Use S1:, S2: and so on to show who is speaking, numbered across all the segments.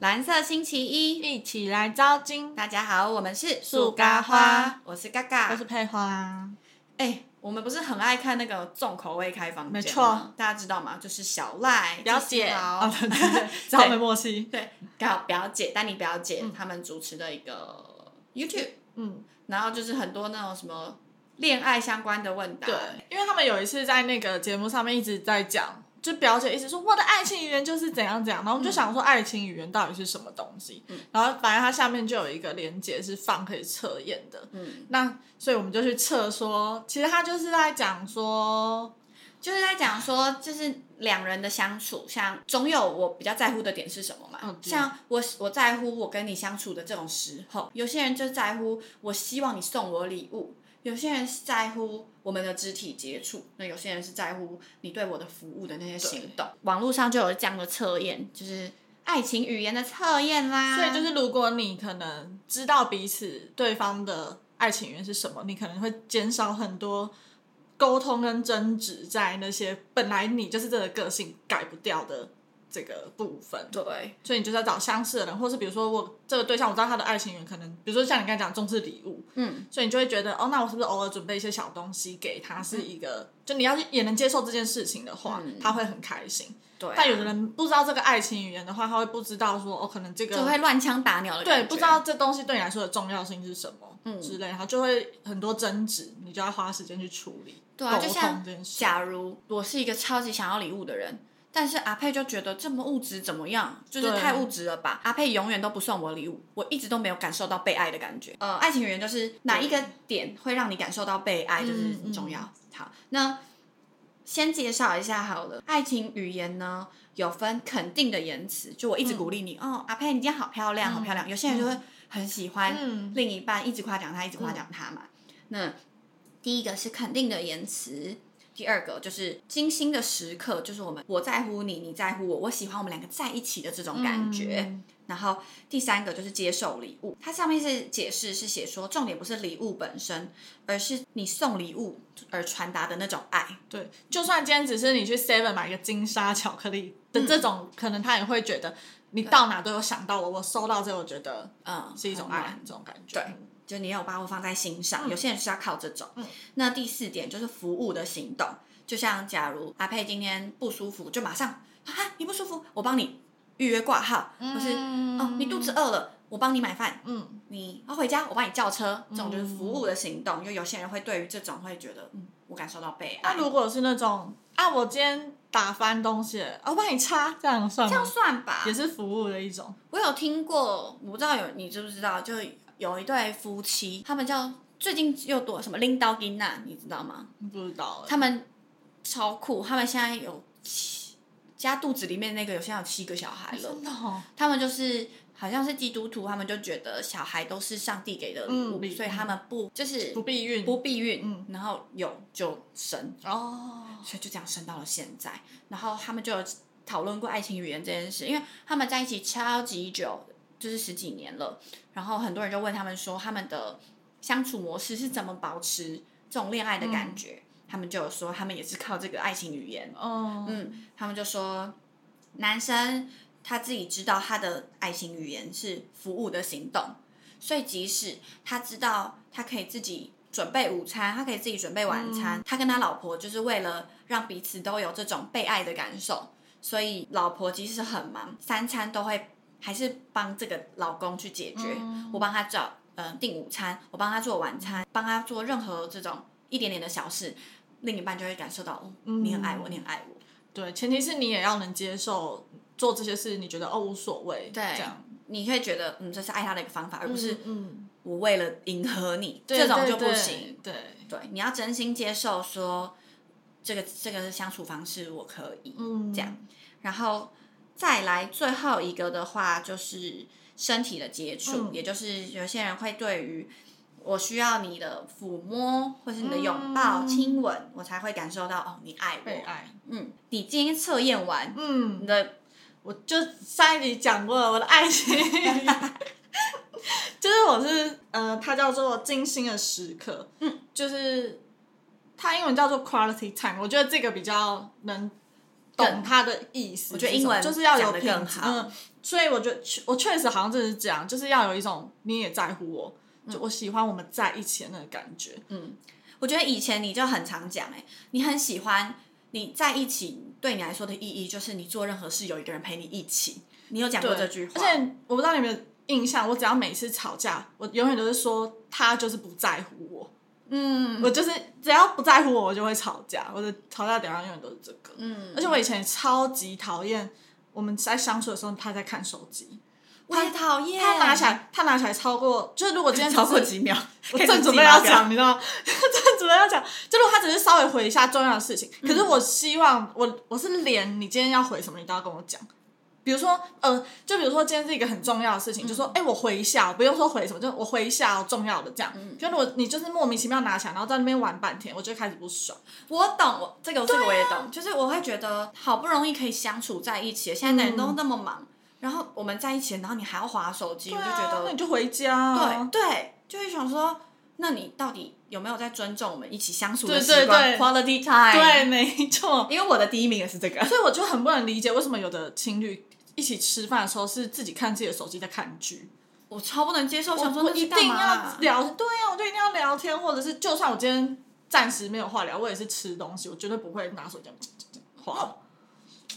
S1: 蓝色星期一，
S2: 一起来招金。
S1: 大家好，我们是
S2: 树咖花，
S1: 我是嘎嘎，
S2: 我是佩花，
S1: 哎、我们不是很爱看那个重口味开房间吗
S2: 没错，
S1: 大家知道吗？就是小赖
S2: 表姐，
S1: 哦
S2: 哦，对对 对， 只好没默契。
S1: 对，表表姐丹尼表姐、
S2: 嗯
S1: 他们主持的一个 YouTube，
S2: 嗯，
S1: 然后就是很多那种什么恋爱相关的问答，
S2: 对，因为他们有一次在那个节目上面一直在讲，就表姐一直说我的爱情语言就是怎样怎样，然后我们就想说爱情语言到底是什么东西，
S1: 嗯
S2: 然后反正它下面就有一个连接是放可以测验的，
S1: 嗯，
S2: 那所以我们就去测说，其实他就是在讲说，
S1: 就是在讲说，就是两人的相处，像总有我比较在乎的点是什么嘛？
S2: 嗯对
S1: 像我我在乎我跟你相处的这种时候，有些人就在乎我希望你送我礼物，有些人是在乎我们的肢体接触，那有些人是在乎你对我的服务的那些行动。网络上就有这样的测验，就是爱情语言的测验啦。
S2: 所以就是，如果你可能知道彼此对方的爱情缘是什么，你可能会减少很多沟通跟争执在那些本来你就是这个个性改不掉的这个部分。
S1: 对，
S2: 所以你就是要找相似的人，或是比如说我这个对象，我知道他的爱情缘可能，比如说像你刚才讲重视礼物，
S1: 嗯，
S2: 所以你就会觉得哦，那我是不是偶尔准备一些小东西给他是一个，就你要是也能接受这件事情的话，
S1: 嗯
S2: 他会很开心。
S1: 对、啊。
S2: 但有的人不知道这个爱情语言的话，他会不知道说哦，可能这个
S1: 就会乱枪打鸟的感
S2: 对，
S1: 觉，
S2: 不知道这东西对你来说的重要性是什么，
S1: 嗯
S2: 之类，然后就会很多争执，你就要花时间去处理
S1: 对啊，
S2: 沟
S1: 就
S2: 通
S1: 像
S2: 这件事。
S1: 假如我是一个超级想要礼物的人，但是阿佩就觉得这么物质怎么样，就是
S2: 对
S1: 太物质了吧？阿佩永远都不送我礼物，我一直都没有感受到被爱的感觉。
S2: 嗯
S1: 呃，爱情语言就是哪一个点会让你感受到被爱，就是很重要。
S2: 嗯
S1: 好，那先介绍一下好了，爱情语言呢有分肯定的言辞，就我一
S2: 嗯
S1: 直鼓励你、哦，阿佩你今天好漂亮，好漂亮。有些人就会很喜欢
S2: 嗯
S1: 另一半一直夸奖他，一直夸奖他嘛。那第一个是肯定的言辞，第二个就是精心的时刻，就是我们我在乎你，你在乎我，我喜欢我们两个在一起的这种感觉。
S2: 嗯
S1: 然后第三个就是接受礼物，它上面是解释是写说，重点不是礼物本身，而是你送礼物而传达的那种爱。
S2: 对，就算今天只是你去 Seven 买个金沙巧克力的这种，可能他也会觉得你到哪都有想到我，我收到这个我觉得
S1: 嗯，
S2: 是一种
S1: 很暖
S2: 爱，这种感觉。
S1: 对就你有把我放在心上。
S2: 嗯
S1: 有些人是要靠这种。那第四点就是服务的行动，就像假如阿佩今天不舒服，就马上啊你不舒服，我帮你预约挂号，或是哦你肚子饿了，我帮你买饭，
S2: 嗯，
S1: 你要回家我帮你叫车，这种就是服务的行动。就有些人会对于这种会觉得，嗯，我感受到被爱
S2: 那。如果是那种啊，我今天打翻东西了，啊，我帮你擦，这样算
S1: 这样
S2: 吗？
S1: 算吧，
S2: 也是服务的一种。
S1: 我有听过，我不知道有你知不知道，就有一对夫妻，他们叫最近又多什么拎刀金娜，你知道吗？
S2: 不知道欸，
S1: 他们超酷，他们现在有七加肚子里面那个有现在有七个小孩了
S2: 真。的哦，
S1: 他们就是好像是基督徒，他们就觉得小孩都是上帝给的礼物，
S2: 嗯礼
S1: 所以他们不就是
S2: 不避孕
S1: 不避孕，
S2: 嗯
S1: 然后有就生，
S2: 哦，
S1: 所以就这样生到了现在。然后他们就有讨论过爱情语言这件事，因为他们在一起超级久，就是十几年了。然后很多人就问他们说，他们的相处模式是怎么保持这种恋爱的感觉？他们就有说，他们也是靠这个爱情语言。
S2: 嗯
S1: 嗯，他们就说，男生他自己知道他的爱情语言是服务的行动，所以即使他知道他可以自己准备午餐，他可以自己准备晚餐，他跟他老婆就是为了让彼此都有这种被爱的感受，所以老婆即使很忙，三餐都会还是帮这个老公去解决，我帮他找。嗯，订午餐，我帮他做晚餐，帮他做任何这种一点点的小事，另一半就会感受到，哦，你很爱我，你很爱我。
S2: 对，前提是你也要能接受做这些事，你觉得哦无所谓，
S1: 对
S2: 这样
S1: 你会觉得，嗯，这是爱他的一个方法，而不是
S2: 嗯，
S1: 我为了迎合你，
S2: 对
S1: 这种
S2: 对
S1: 就
S2: 对
S1: 不行。
S2: 对，
S1: 对，你要真心接受说，这个这个相处方式我可以，
S2: 嗯，
S1: 这样，然后再来最后一个的话就是身体的接触，
S2: 嗯
S1: 也就是有些人会对于我需要你的抚摸或是你的拥抱、
S2: 嗯
S1: 亲吻，我才会感受到哦，你爱
S2: 被
S1: 我。
S2: 爱，
S1: 嗯，你今天测验完，
S2: 嗯，
S1: 你的
S2: 我就上一集讲过了，我的爱情， 就是我是呃，它叫做精心的时刻，
S1: 嗯，
S2: 就是它英文叫做 quality time，我觉得这个比较能懂他的意思是什么。我
S1: 觉得英文
S2: 就是要有
S1: 讲得
S2: 品
S1: 更
S2: 质
S1: 好
S2: 嗯，所以我觉得确我确实好像真的是这样，就是要有一种你也在乎我，
S1: 嗯
S2: 就我喜欢我们在一起的那个感觉。
S1: 我觉得以前你就很常讲，哎，你很喜欢你在一起，对你来说的意义就是你做任何事有一个人陪你一起。你有讲过这句话，
S2: 而且我不知道你们有没有印象，我只要每次吵架，我永远都是说他就是不在乎我，
S1: 嗯
S2: 我就是只要不在乎我，我就会吵架。我的吵架点上永远都是这个。
S1: 嗯，
S2: 而且我以前超级讨厌我们在相处的时候他在看手机，
S1: 我也讨厌
S2: 他拿起来他拿起来超嗯过，就是如果今天只是
S1: 超过几秒，
S2: 我
S1: 可以
S2: 正
S1: 自
S2: 准
S1: 己
S2: 备要
S1: 秒
S2: 讲，你知道吗？ 正准备要讲，就如果他只是稍微回一下重要的事情，可是我希望我我是连你今天要回什么，你都要跟我讲。比如说，呃，就比如说今天是一个很重要的事情，就说，哎、我回一下，我不用说回什么，就我回一下哦重要的这样。就如果你就是莫名其妙拿起来，然后在那边玩半天，我就开始不爽。
S1: 我懂，我这个这个我也
S2: 啊
S1: 懂，就是我会觉得好不容易可以相处在一起，现在的
S2: 嗯
S1: 人都那么忙，然后我们在一起，然后你还要划手机，我就觉
S2: 啊那
S1: 得
S2: 你就回家啊。
S1: 对对，就会想说，那你到底有没有在尊重我们一起相处的
S2: 对对
S1: 习惯
S2: 对
S1: q u a l i t y time？
S2: 对，没错。
S1: 因为我的第一名也是 这个。
S2: 所以我就很不能理解，为什么有的情侣一起吃饭的时候是自己看自己的手机在看剧。
S1: 我超不能接受，想说
S2: 我
S1: 那是
S2: 一
S1: 干
S2: 定
S1: 嘛
S2: 要
S1: 啊？
S2: 聊，对啊，我就一定要聊天，或者是就算我今天暂时没有话聊，我也是吃东西，我绝对不会拿手机划。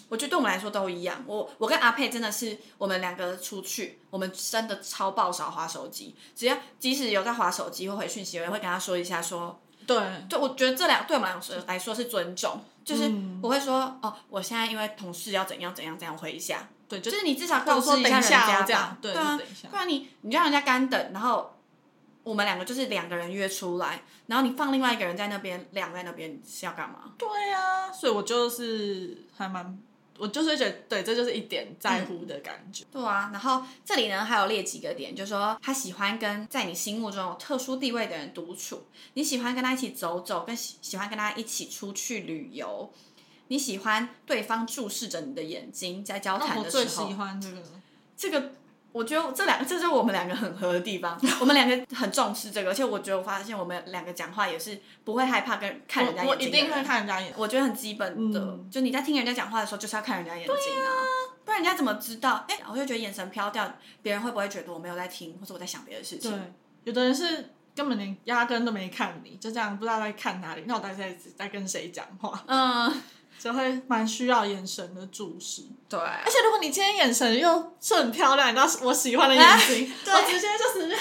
S1: 我觉得对我们来说都一样。我我跟阿佩真的是，我们两个出去，我们真的超爆少划手机。只要即使有在划手机或回讯息，我也会跟他说一下说
S2: 对，
S1: 对，我觉得这两对我们来说来说是尊重，就是
S2: 嗯
S1: 我会说哦，我现在因为同事要怎样怎样怎样回一下，
S2: 对，就
S1: 就是是你至少
S2: 或者
S1: 告
S2: 说
S1: 知一
S2: 等一
S1: 人
S2: 下哦
S1: 家
S2: 这样
S1: 吧，
S2: 对
S1: 对啊
S2: 就等一下，
S1: 不然你你让人家干等，然后我们两个就是两个人约出来，然后你放另外一个人在那边晾在那边是要干嘛？
S2: 对啊，所以我就是还蛮，我就是觉得对，这就是一点在乎的感觉。
S1: 对啊，然后这里呢还有列几个点，就是说他喜欢跟在你心目中有特殊地位的人独处，你喜欢跟他一起走走，跟喜喜欢跟他一起出去旅游，你喜欢对方注视着你的眼睛，在交
S2: 那
S1: 谈
S2: 我
S1: 的
S2: 最
S1: 时
S2: 喜
S1: 候，
S2: 欢这个，
S1: 这个我觉得这两这就是我们两个很合的地方，我们两个很重视这个，而且我觉得我发现我们两个讲话也是不会害怕跟看人家
S2: 我我
S1: 眼
S2: 一
S1: 睛
S2: 定
S1: 的
S2: 会
S1: 人。
S2: 看人家眼。
S1: 我觉得很基本的，
S2: 嗯
S1: 就你在听人家讲话的时候，就是要看人家眼睛啊，不然人家怎么知道？哎、我就觉得眼神飘掉，别人会不会觉得我没有在听，或者我在想别的事
S2: 对
S1: 情？，
S2: 有的人是根本连压根都没看你，就这样不知道在看哪里，那我到底在在跟谁讲话，
S1: 嗯，
S2: 就会蛮需要眼神的注视。
S1: 对，
S2: 而且如果你今天眼神又是很漂亮，你知道是我喜欢的眼睛，
S1: 对
S2: 我直接就是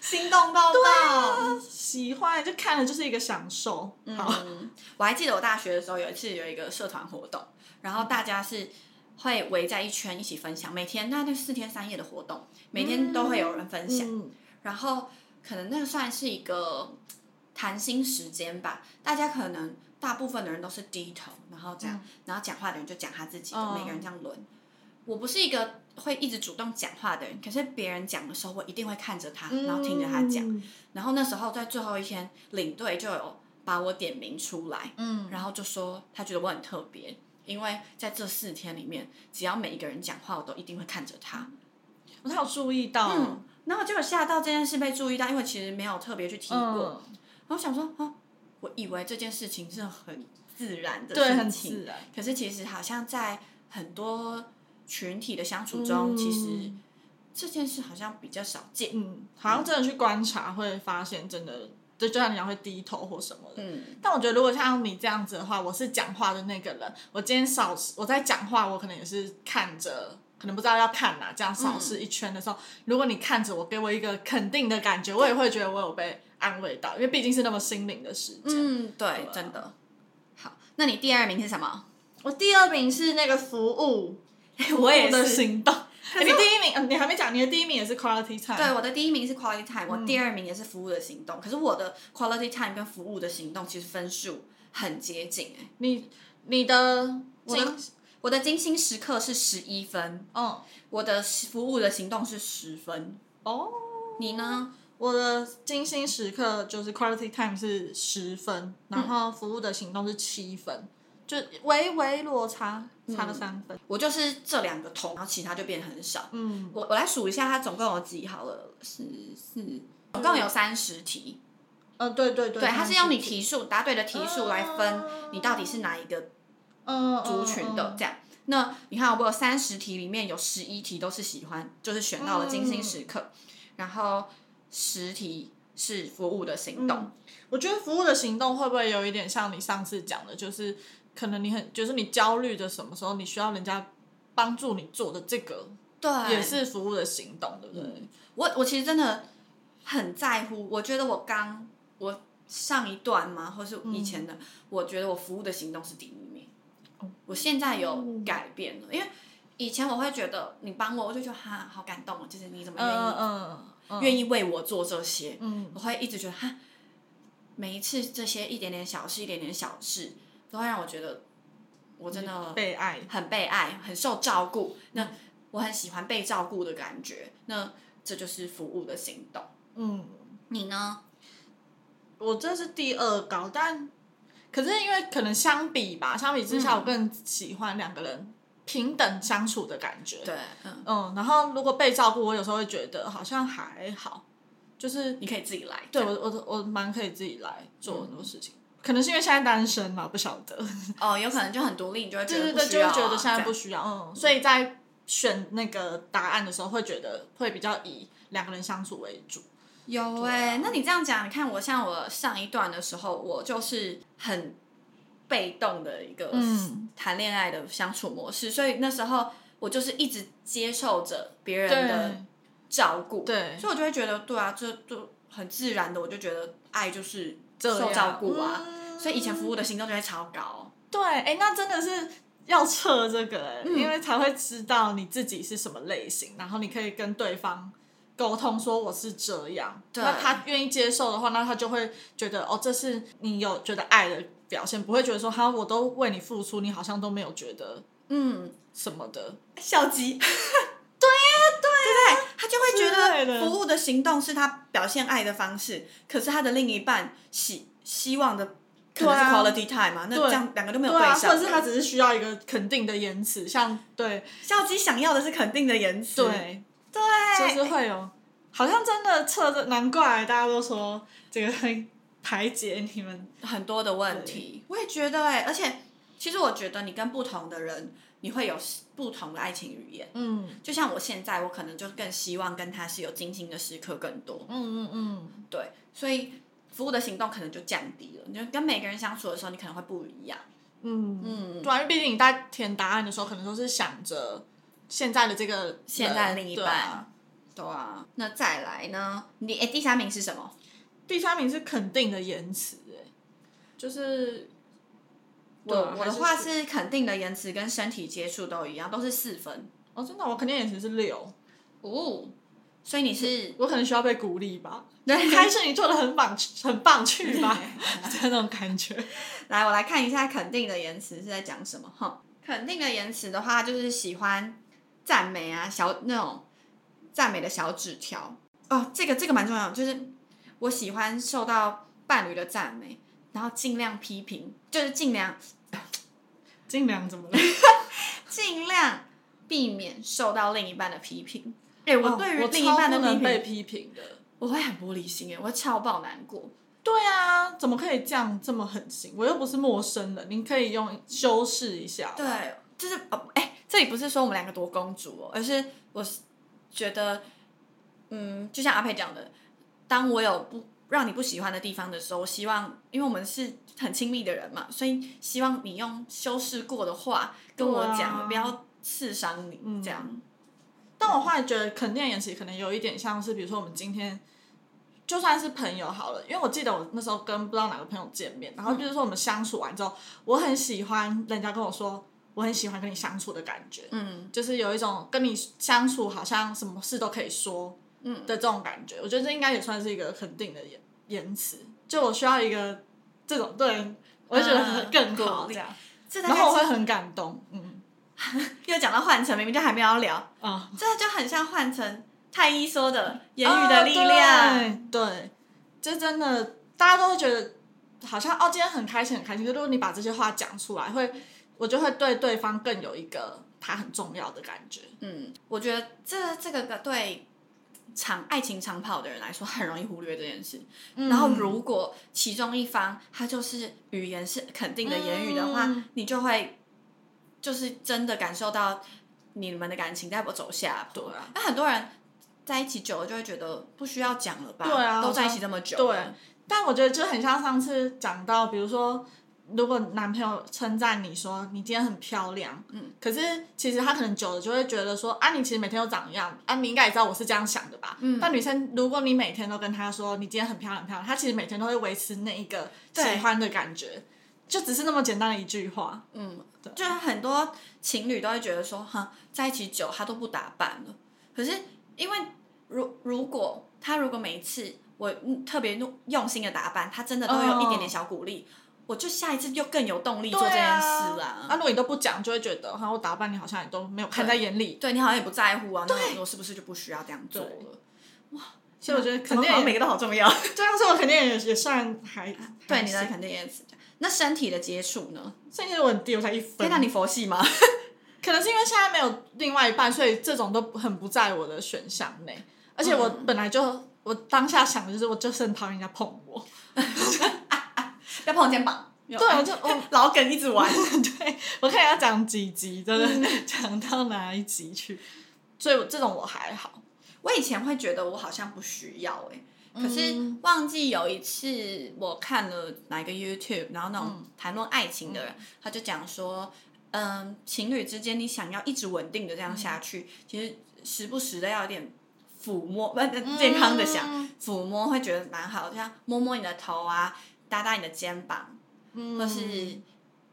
S1: 心动到
S2: 啊
S1: 爆。
S2: 喜欢，就看了就是一个享受。好，
S1: 嗯， 我还记得我大学的时候有一次有一个社团活动，然后大家是会围在一圈一起分享，每天那就四天三夜的活动，每天都会有人分享。
S2: 嗯，
S1: 然后可能那个算是一个嗯谈心时间吧。大家可能大部分的人都是低头，然后这样，然后讲话的人就讲他自己的，
S2: 嗯
S1: 每个人这样轮。我不是一个会一直主动讲话的人，可是别人讲的时候，我一定会看着他，然后听着他讲。
S2: 嗯，
S1: 然后那时候在最后一天，领队就有把我点名出来，
S2: 嗯，
S1: 然后就说他觉得我很特别。因为在这四天里面，只要每一个人讲话，我都一定会看着他。
S2: 我有注意到，
S1: 嗯，然后结果吓到这件事被注意到，因为其实没有特别去提过。
S2: 嗯，
S1: 然后想说，哦，我以为这件事情是很自然的
S2: 对，
S1: 事
S2: 很
S1: 情，
S2: 自然。
S1: 可是其实好像在很多群体的相处中，
S2: 嗯
S1: 其实这件事好像比较少见。
S2: 嗯，好像真的去观察会发现，真的，就就像你讲会低头或什么的。
S1: 嗯，
S2: 但我觉得，如果像你这样子的话，我是讲话的那个人，我今天扫视我在讲话，我可能也是看着，可能不知道要看哪，这样扫视一圈的
S1: 嗯
S2: 时候，如果你看着我，给我一个肯定的感觉，我也会觉得我有被安慰到，因为毕竟是那么心灵的事件。
S1: 嗯，对，真的。好，那你第二名是什么？
S2: 啊
S1: 哎
S2: 我第二名是那个服 务，
S1: 我
S2: 服
S1: 也
S2: 务的
S1: 是
S2: 行动。哎你第一名，嗯，你还没讲，你的第一名也是 quality time。
S1: 对，我的第一名是 quality time，我
S2: 嗯
S1: 第二名也是服务的行动。可是我的 quality time 跟服务的行动其实分数很接近、哎，
S2: 你你的
S1: 我的
S2: 精
S1: 我的精心时刻是十一分，
S2: 嗯
S1: 我的服务的行动是十分。
S2: 哦，
S1: 你呢？
S2: 我的精心时刻就是 quality time 是十分，然后服务的行动是七分，就微微落差，差了三分。
S1: 我就是这两个桶，然后其他就变很少。
S2: 嗯，
S1: 我我来数一下，它总共有几好了，是是，总共有三十题。
S2: 呃，对对对
S1: 对，它是用你
S2: 提
S1: 题数答对的题数来分
S2: 哦，
S1: 你到底是哪一个
S2: 嗯
S1: 族群的，这样。那你看，我有三十题里面有十一题都是喜欢，就是选到了金星时刻，
S2: 嗯
S1: 然后十题是服务的行动。
S2: 我觉得服务的行动会不会有一点像你上次讲的，就是可能你很就是你焦虑的什么时候，你需要人家帮助你做的这个，
S1: 对，嗯
S2: 也是服务的行动，对不对？
S1: 我我其实真的很在乎，我觉得我刚我上一段嘛，或是
S2: 嗯
S1: 以前的，我觉得我服务的行动是第一名。
S2: 哦
S1: 我现在有
S2: 嗯
S1: 改变了，因为以前我会觉得你帮我，我就觉得哈好感动哦，就是你怎么愿意
S2: 嗯嗯嗯，
S1: 愿意为我做这些，
S2: 嗯
S1: 我会一直觉得哈，每一次这些一点点小事，一点点小事，都会让我觉得我真的
S2: 被爱，
S1: 很被爱，很受照顾。那我很喜欢被照顾的感觉，那这就是服务的行动。
S2: 嗯，
S1: 你呢？
S2: 我这是第二高，但可是因为可能相比吧，相比之下，
S1: 嗯
S2: 我更喜欢两个人平等相处的感觉。
S1: 对，嗯，
S2: 嗯，然后如果被照顾，我有时候会觉得好像还好，就是
S1: 你可以自己来。
S2: 对嗯
S1: 这
S2: 我
S1: 样
S2: 我我蛮可以自己来做很多事情。可能是因为现在单身嘛，不晓得。
S1: 哦，有可能就很独立，你就会觉
S2: 对 对
S1: 得不
S2: 对，
S1: 需
S2: 就
S1: 要啊
S2: 会觉得现在不
S1: 这样
S2: 需要，嗯，所以在选那个答案的时候，会觉得会比较以两个人相处为主。
S1: 有哎、那你这样讲，你看我像我上一段的时候，我就是很被动的一个
S2: 嗯
S1: 谈恋爱的相处模式，所以那时候我就是一直接受着别人的
S2: 对
S1: 照顾，
S2: 对，
S1: 所以我就会觉得，对啊，这就很自然的，我就觉得爱就是受照顾啊，
S2: 嗯
S1: 所以以前服务的行动就会超高，
S2: 对，哎，那真的是要测这个、诶
S1: 嗯
S2: 因为才会知道你自己是什么类型，然后你可以跟对方沟通说我是这样，
S1: 对
S2: 那他愿意接受的话，那他就会觉得哦，这是你有觉得爱的表现，不会觉得说哈，我都为你付出，你好像都没有觉得
S1: 嗯，
S2: 什么的，
S1: 笑 肌。对呀、对、对不对？他就会觉
S2: 之类
S1: 得
S2: 的
S1: 服务的行动是他表现爱的方式，可是他的另一半希希望的可能是
S2: 对啊
S1: quality time 嘛，那这样两个都没有
S2: 对啊，或
S1: 象
S2: 者是他只是需要一个肯定的言辞，像对
S1: 笑肌想要的是肯定的言辞，
S2: 对对，就是会有，好像真的测着，难怪大家都说这个 会排解你们
S1: 很多的问题。我也觉得哎、而且其实我觉得你跟不同的人，你会有不同的爱情语言。
S2: 嗯。
S1: 就像我现在，我可能就更希望跟他是有精心的时刻更多，
S2: 嗯嗯嗯，
S1: 对，所以服务的行动可能就降低了。你就跟每个人相处的时候，你可能会不一样。
S2: 嗯
S1: 嗯
S2: 嗯，对啊，因为毕竟你在填答案的时候，可能都是想着现在的这个人
S1: 现在的另一
S2: 对
S1: 半。
S2: 啊
S1: 对啊，那再来呢？你哎，第三名是什么？
S2: 第三名是肯定的言辞，哎，就是
S1: 我
S2: 对啊
S1: 我的
S2: 还是
S1: 话
S2: 四
S1: 是肯定的言辞跟身体接触都一样，都是四分
S2: 哦，真的，我肯定言辞是六，
S1: 哦。所以你是
S2: 我可能需要被鼓励吧，
S1: 对
S2: 开始你做的很棒，很棒去 吧，这种感觉。
S1: 来，我来看一下肯定的言辞是在讲什么哈。肯定的言辞的话，就是喜欢赞美啊，小那种赞美的小纸条哦。这个这个蛮重要的，就是我喜欢受到伴侣的赞美，然后尽量批评，就是尽量
S2: 尽量怎么了？
S1: 尽量避免受到另一半的批评。哎、我对于
S2: 我
S1: 另一
S2: 超
S1: 半
S2: 不
S1: 的批
S2: 能
S1: 评，
S2: 被批评的。
S1: 我会很玻璃心哎，我会超爆难过。
S2: 对啊，怎么可以这样这么狠心？我又不是陌生人，你可以用修饰一下。
S1: 对，就是哦，哎、这里不是说我们两个多公主哦，而是我是觉得，嗯，就像阿佩讲的，当我有不让你不喜欢的地方的时候，我希望，因为我们是很亲密的人嘛，所以希望你用修饰过的话跟我
S2: 对
S1: 讲，
S2: 啊嗯
S1: 不要刺伤你、这样。
S2: 但我后来觉得肯定的言辞可能有一点像是，比如说我们今天就算是朋友好了，因为我记得我那时候跟不知道哪个朋友见面，然
S1: 嗯
S2: 后就是说我们相处完之后，我很喜欢人家跟我说我很喜欢跟你相处的感觉，
S1: 嗯，
S2: 就是有一种跟你相处好像什么事都可以说，嗯的这种感觉。我觉得这应该也算是一个肯定的言言辞，就我需要一个这种对。我就觉得很
S1: 嗯
S2: 更好
S1: 鼓励
S2: 这样，
S1: 这大
S2: 然后我
S1: 概
S2: 会
S1: 是
S2: 很感动，嗯
S1: 又讲到换乘，明明就还没有要聊，
S2: 啊，
S1: 这就很像换乘太医说的言语的力量。
S2: 哦啊对对，这真的大家都会觉得好像哦，今天很开心很开心。就如果你把这些话讲出来，会我就会对对方更有一个他很重要的感觉。
S1: 嗯，我觉得这这个个对长爱情长跑的人来说很容易忽略这件事。然
S2: 嗯
S1: 后如果其中一方他就是语言是肯定的言语的话，
S2: 嗯
S1: 你就会就是真的感受到你们的感情在不走下坡。
S2: 对啊
S1: 那很多人在一起久了就会觉得不需要讲了吧？
S2: 对啊
S1: 都在一起这么久
S2: 对
S1: 了，，
S2: 但我觉得就很像上次讲到，比如说，如果男朋友称赞你说你今天很漂亮，嗯，可是其实他可能久了就会觉得说啊，你其实每天都长一样，啊，你应该也知道我是这样想的吧？嗯，但女生如果你每天都跟她说你今天很漂亮很漂亮，她其实每天都会维持那一个喜
S1: 对
S2: 欢的感觉，就只是那么简单的一句话，
S1: 嗯，就是很多情侣都会觉得说，哈，在一起久他都不打扮了。可是因为如如果他如果每一次我嗯特别用用心的打扮，他真的都有一点点小鼓励，我就下一次就更有动力做这
S2: 对
S1: 件
S2: 啊
S1: 事
S2: 那、
S1: 啦。
S2: 如果你都不讲，就会觉得哈，我打扮你好像也都没有看在眼里。
S1: 对你好像也不在乎啊，那我是不是就不需要这样做了？
S2: 所以我觉得肯
S1: 怎么
S2: 定
S1: 好像
S2: 也
S1: 每个都好重要。
S2: 对啊，所以我肯定也也算还
S1: 对，
S2: 还
S1: 你的
S2: 行
S1: 肯定也是这样。那身体的接触呢？
S2: 甚至我很低，我才一分
S1: 天。哪，你佛系吗？
S2: 可能是因为现在没有另外一半，所以这种都很不在我的选项内。而且我
S1: 嗯
S2: 本来就，我当下想的就是，我就是很讨厌人家碰我。
S1: 要碰我哦肩膀？对
S2: 对，我就我
S1: 老梗一直玩。
S2: 对我看要讲几集，真的
S1: 嗯
S2: 讲到哪一集去。所以我这种我还好，
S1: 我以前会觉得我好像不需要哎、可
S2: 嗯
S1: 是忘记有一次我看了哪一个 YouTube，然后那
S2: 嗯
S1: 种谈论爱情的人，他就讲说，嗯，情侣之间你想要一直稳定的这样
S2: 嗯
S1: 下去，其实时不时的要有点抚摸，不、
S2: 嗯
S1: 健康的想、抚摸，会觉得蛮好，就像摸摸你的头啊，搭搭你的肩膀，
S2: 嗯
S1: 或是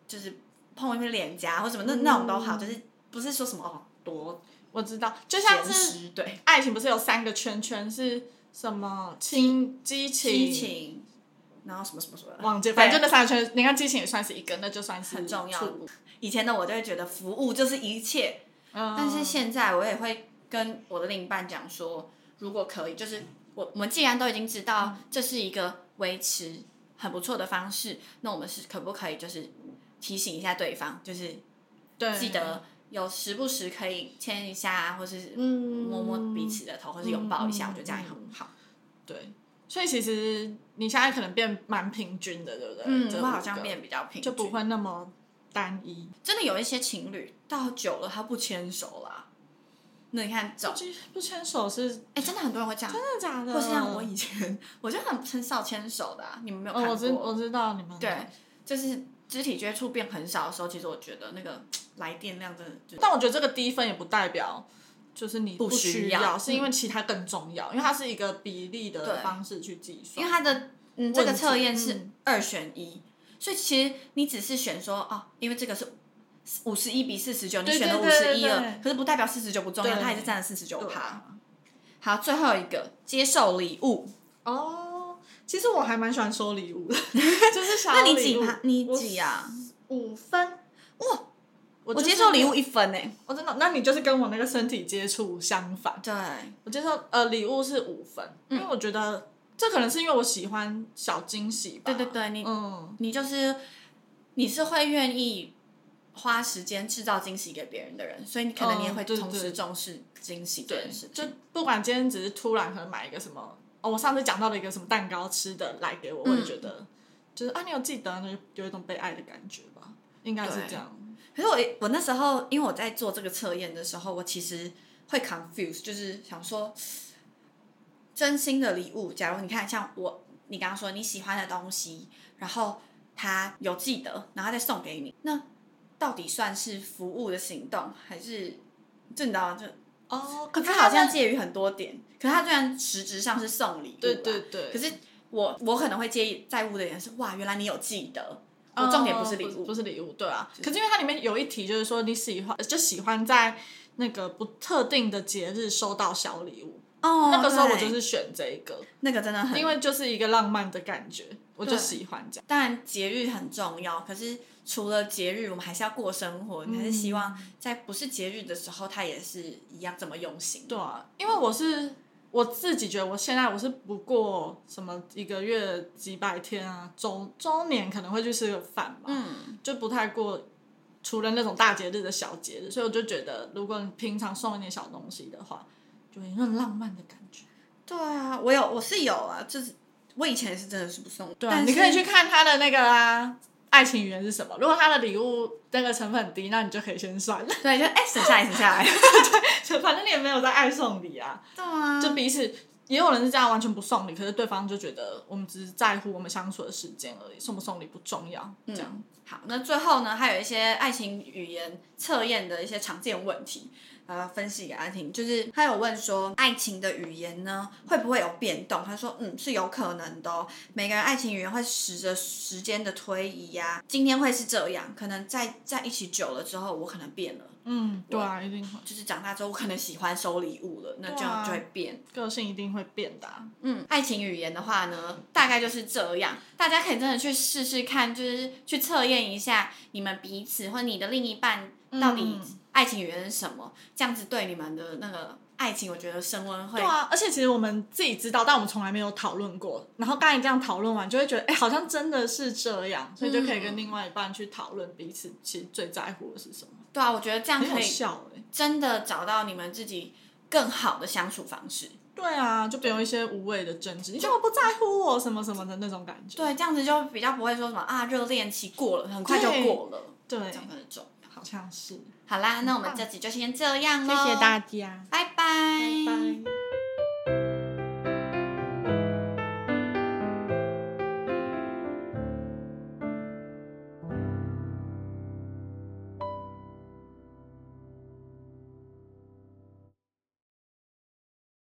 S1: 就是碰一碰脸颊或什么，那那种都好，就是不是说什么哦多
S2: 我知道，就像
S1: 咸
S2: 是
S1: 湿对
S2: 爱情不是有三个圈圈是什么？亲激情、
S1: 激情，然后什么什么什么的，
S2: 忘记，
S1: 对
S2: 反正就那三个圈，你看激情也算是一个，那就算是
S1: 很重要
S2: 处
S1: 的部分。以前的我就会觉得服务就是一切，
S2: 嗯
S1: 但是现在我也会跟我的另一半讲说，如果可以，就是我我们既然都已经知道这是一个维持很不错的方式，那我们是可不可以就是提醒一下对方，就是
S2: 对
S1: 记得有时不时可以牵一下啊，或是
S2: 嗯
S1: 摸摸彼此的头，或是拥抱一下，我觉得这样也很好。
S2: 对，所以其实你现在可能变蛮平均的，对不对？
S1: 嗯，
S2: 这
S1: 我好
S2: 五
S1: 像
S2: 个
S1: 变比较平均，
S2: 就不会那么单一。
S1: 真的有一些情侣到久了他不牵手啦。那你看，走，
S2: 其实不牵手是真
S1: 哎、真的很多人会这样，
S2: 的假的？
S1: 或是像我以前， 我就很很少牵手的、啊，你们没有看
S2: 哦，
S1: 过？
S2: 我知我知道你们
S1: 对，就是肢体接触变很少的时候，其实我觉得那个来电量真的就
S2: 但我觉得这个低分也不代表就是你
S1: 不需
S2: 需
S1: 要嗯
S2: 是因为其他更重要，因为它是一个比例的
S1: 对
S2: 方式去计算。
S1: 因为它的嗯这个
S2: 问题
S1: 测验是
S2: 嗯
S1: 二选一，所以其实你只是选说哦，因为这个是五十一比四十九，你
S2: 对
S1: 选了
S2: 对
S1: 五
S2: 对
S1: 十一
S2: 对
S1: 了，可是不代表四十九不重要，
S2: 对
S1: 它还是占了四十九
S2: 对
S1: 趴。
S2: 啊
S1: 好，最后一个接受礼物，
S2: 哦，其实我还蛮喜欢收礼 物的，就是小
S1: 那你
S2: 礼
S1: 几
S2: 物
S1: 趴？你
S2: 我
S1: 几啊？
S2: 五分哇！我
S1: 我
S2: 就是
S1: 接受礼物一分呢、欸
S2: 我真的，那你就是跟我那个身体接触相反。
S1: 对，
S2: 我接受呃礼物是五分，因
S1: 嗯
S2: 为我觉得这可能是因为我喜欢小惊喜吧。
S1: 对对，对，你、
S2: 嗯，
S1: 你就是你是会愿意花时间制造惊喜给别人的人，所以你可能你也
S2: 嗯
S1: 会
S2: 对
S1: 同时
S2: 对
S1: 重视惊喜这
S2: 对
S1: 件事，情。
S2: 就不管今天只是突然可能买一个什么，哦，我上次讲到了一个什么蛋糕吃的来给我，我
S1: 嗯
S2: 也觉得就是啊，你有记得，那就有一种被爱的感觉吧，应该是
S1: 对
S2: 这样。
S1: 可是我我那时候，因为我在做这个测验的时候，我其实会 confuse，就是想说，真心的礼物，假如你看像我，你刚刚说你喜欢的东西，然后他有记得，然后再送给你，那到底算是服务的行动，还是就你知道吗？就
S2: 哦，
S1: 可
S2: 可是
S1: 它好像介于很多点，可是它虽然实质上是送礼物，
S2: 对对。对，
S1: 可是我我可能会介意在乎的点是，哇，原来你有记得，我重点不是礼
S2: 哦
S1: 物，
S2: 不是礼物，对啊。可是因为它里面有一题，就是说你喜欢，就喜欢在那个不特定的节日收到小礼物。
S1: 哦
S2: 那个时候我
S1: 对
S2: 就是选这一个，
S1: 那个真的很
S2: 因为就是一个浪漫的感觉，我就
S1: 对
S2: 喜欢这样。
S1: 当然节日很重要，可是除了节日，我们还是要过生活。你还是希望
S2: 嗯
S1: 在不是节日的时候，他也是一样这么用心。
S2: 对啊，因为我是我自己觉得，我现在我是不过什么一个月几百天啊，周周年可能会去吃个饭嘛，
S1: 嗯，
S2: 就不太过。除了那种大节日的小节日，所以我就觉得，如果你平常送一点小东西的话，就有那种浪漫的感觉。
S1: 对啊，我有，我是有啊，就是我以前也是真的是不送，
S2: 对啊，
S1: 但是
S2: 你可以去看他的那个啊，爱情语言是什么。如果他的礼物那个成本很低，那你就可以先算，
S1: 对，就哎、省下来，省下来。
S2: 反正你也没有在爱送礼啊。
S1: 对啊，
S2: 就彼此，也有人是这样完全不送礼，可是对方就觉得我们只是在乎我们相处的时间而已，送不送礼不重要。
S1: 嗯
S2: 这样，
S1: 好，那最后呢，还有一些爱情语言测验的一些常见问题，呃，分析给他听。就是他有问说，爱情的语言呢会不会有变动？他说，嗯，是有可能的、哦。每个人爱情语言会随着时间的推移呀、今天会是这样，可能在在一起久了之后，我可能变了。
S2: 嗯，对啊，一定会，
S1: 就是长大之后，我可能喜欢收礼物了，那这
S2: 对
S1: 样
S2: 啊
S1: 就会变。
S2: 个性一定会变的啊、
S1: 嗯，爱情语言的话呢，大概就是这样。大家可以真的去试试看，就是去测验一下你们彼此或你的另一半到底
S2: 嗯
S1: 爱情语言是什么，这样子对你们的那个爱情，我觉得升温会
S2: 对。啊，而且其实我们自己知道，但我们从来没有讨论过。然后刚才这样讨论完，就会觉得，哎、好像真的是这样，所以就可以
S1: 嗯
S2: 跟另外一半去讨论彼此其实最在乎的是什么。
S1: 对啊，我觉得这样
S2: 很
S1: 可
S2: 好
S1: 以
S2: 笑哎、
S1: 真的找到你们自己更好的相处方式。
S2: 对啊，就不用一些无谓的争执，你怎么不在乎我什么什么的那种感觉。
S1: 对，这样子就比较不会说什么啊，热恋期过了，很快就
S2: 对
S1: 过了，
S2: 对，
S1: 这样很重要。
S2: 好像是。
S1: 好啦，那我们这集就先这样
S2: 谢
S1: 喽，
S2: 谢大家，
S1: 拜拜
S2: 拜拜。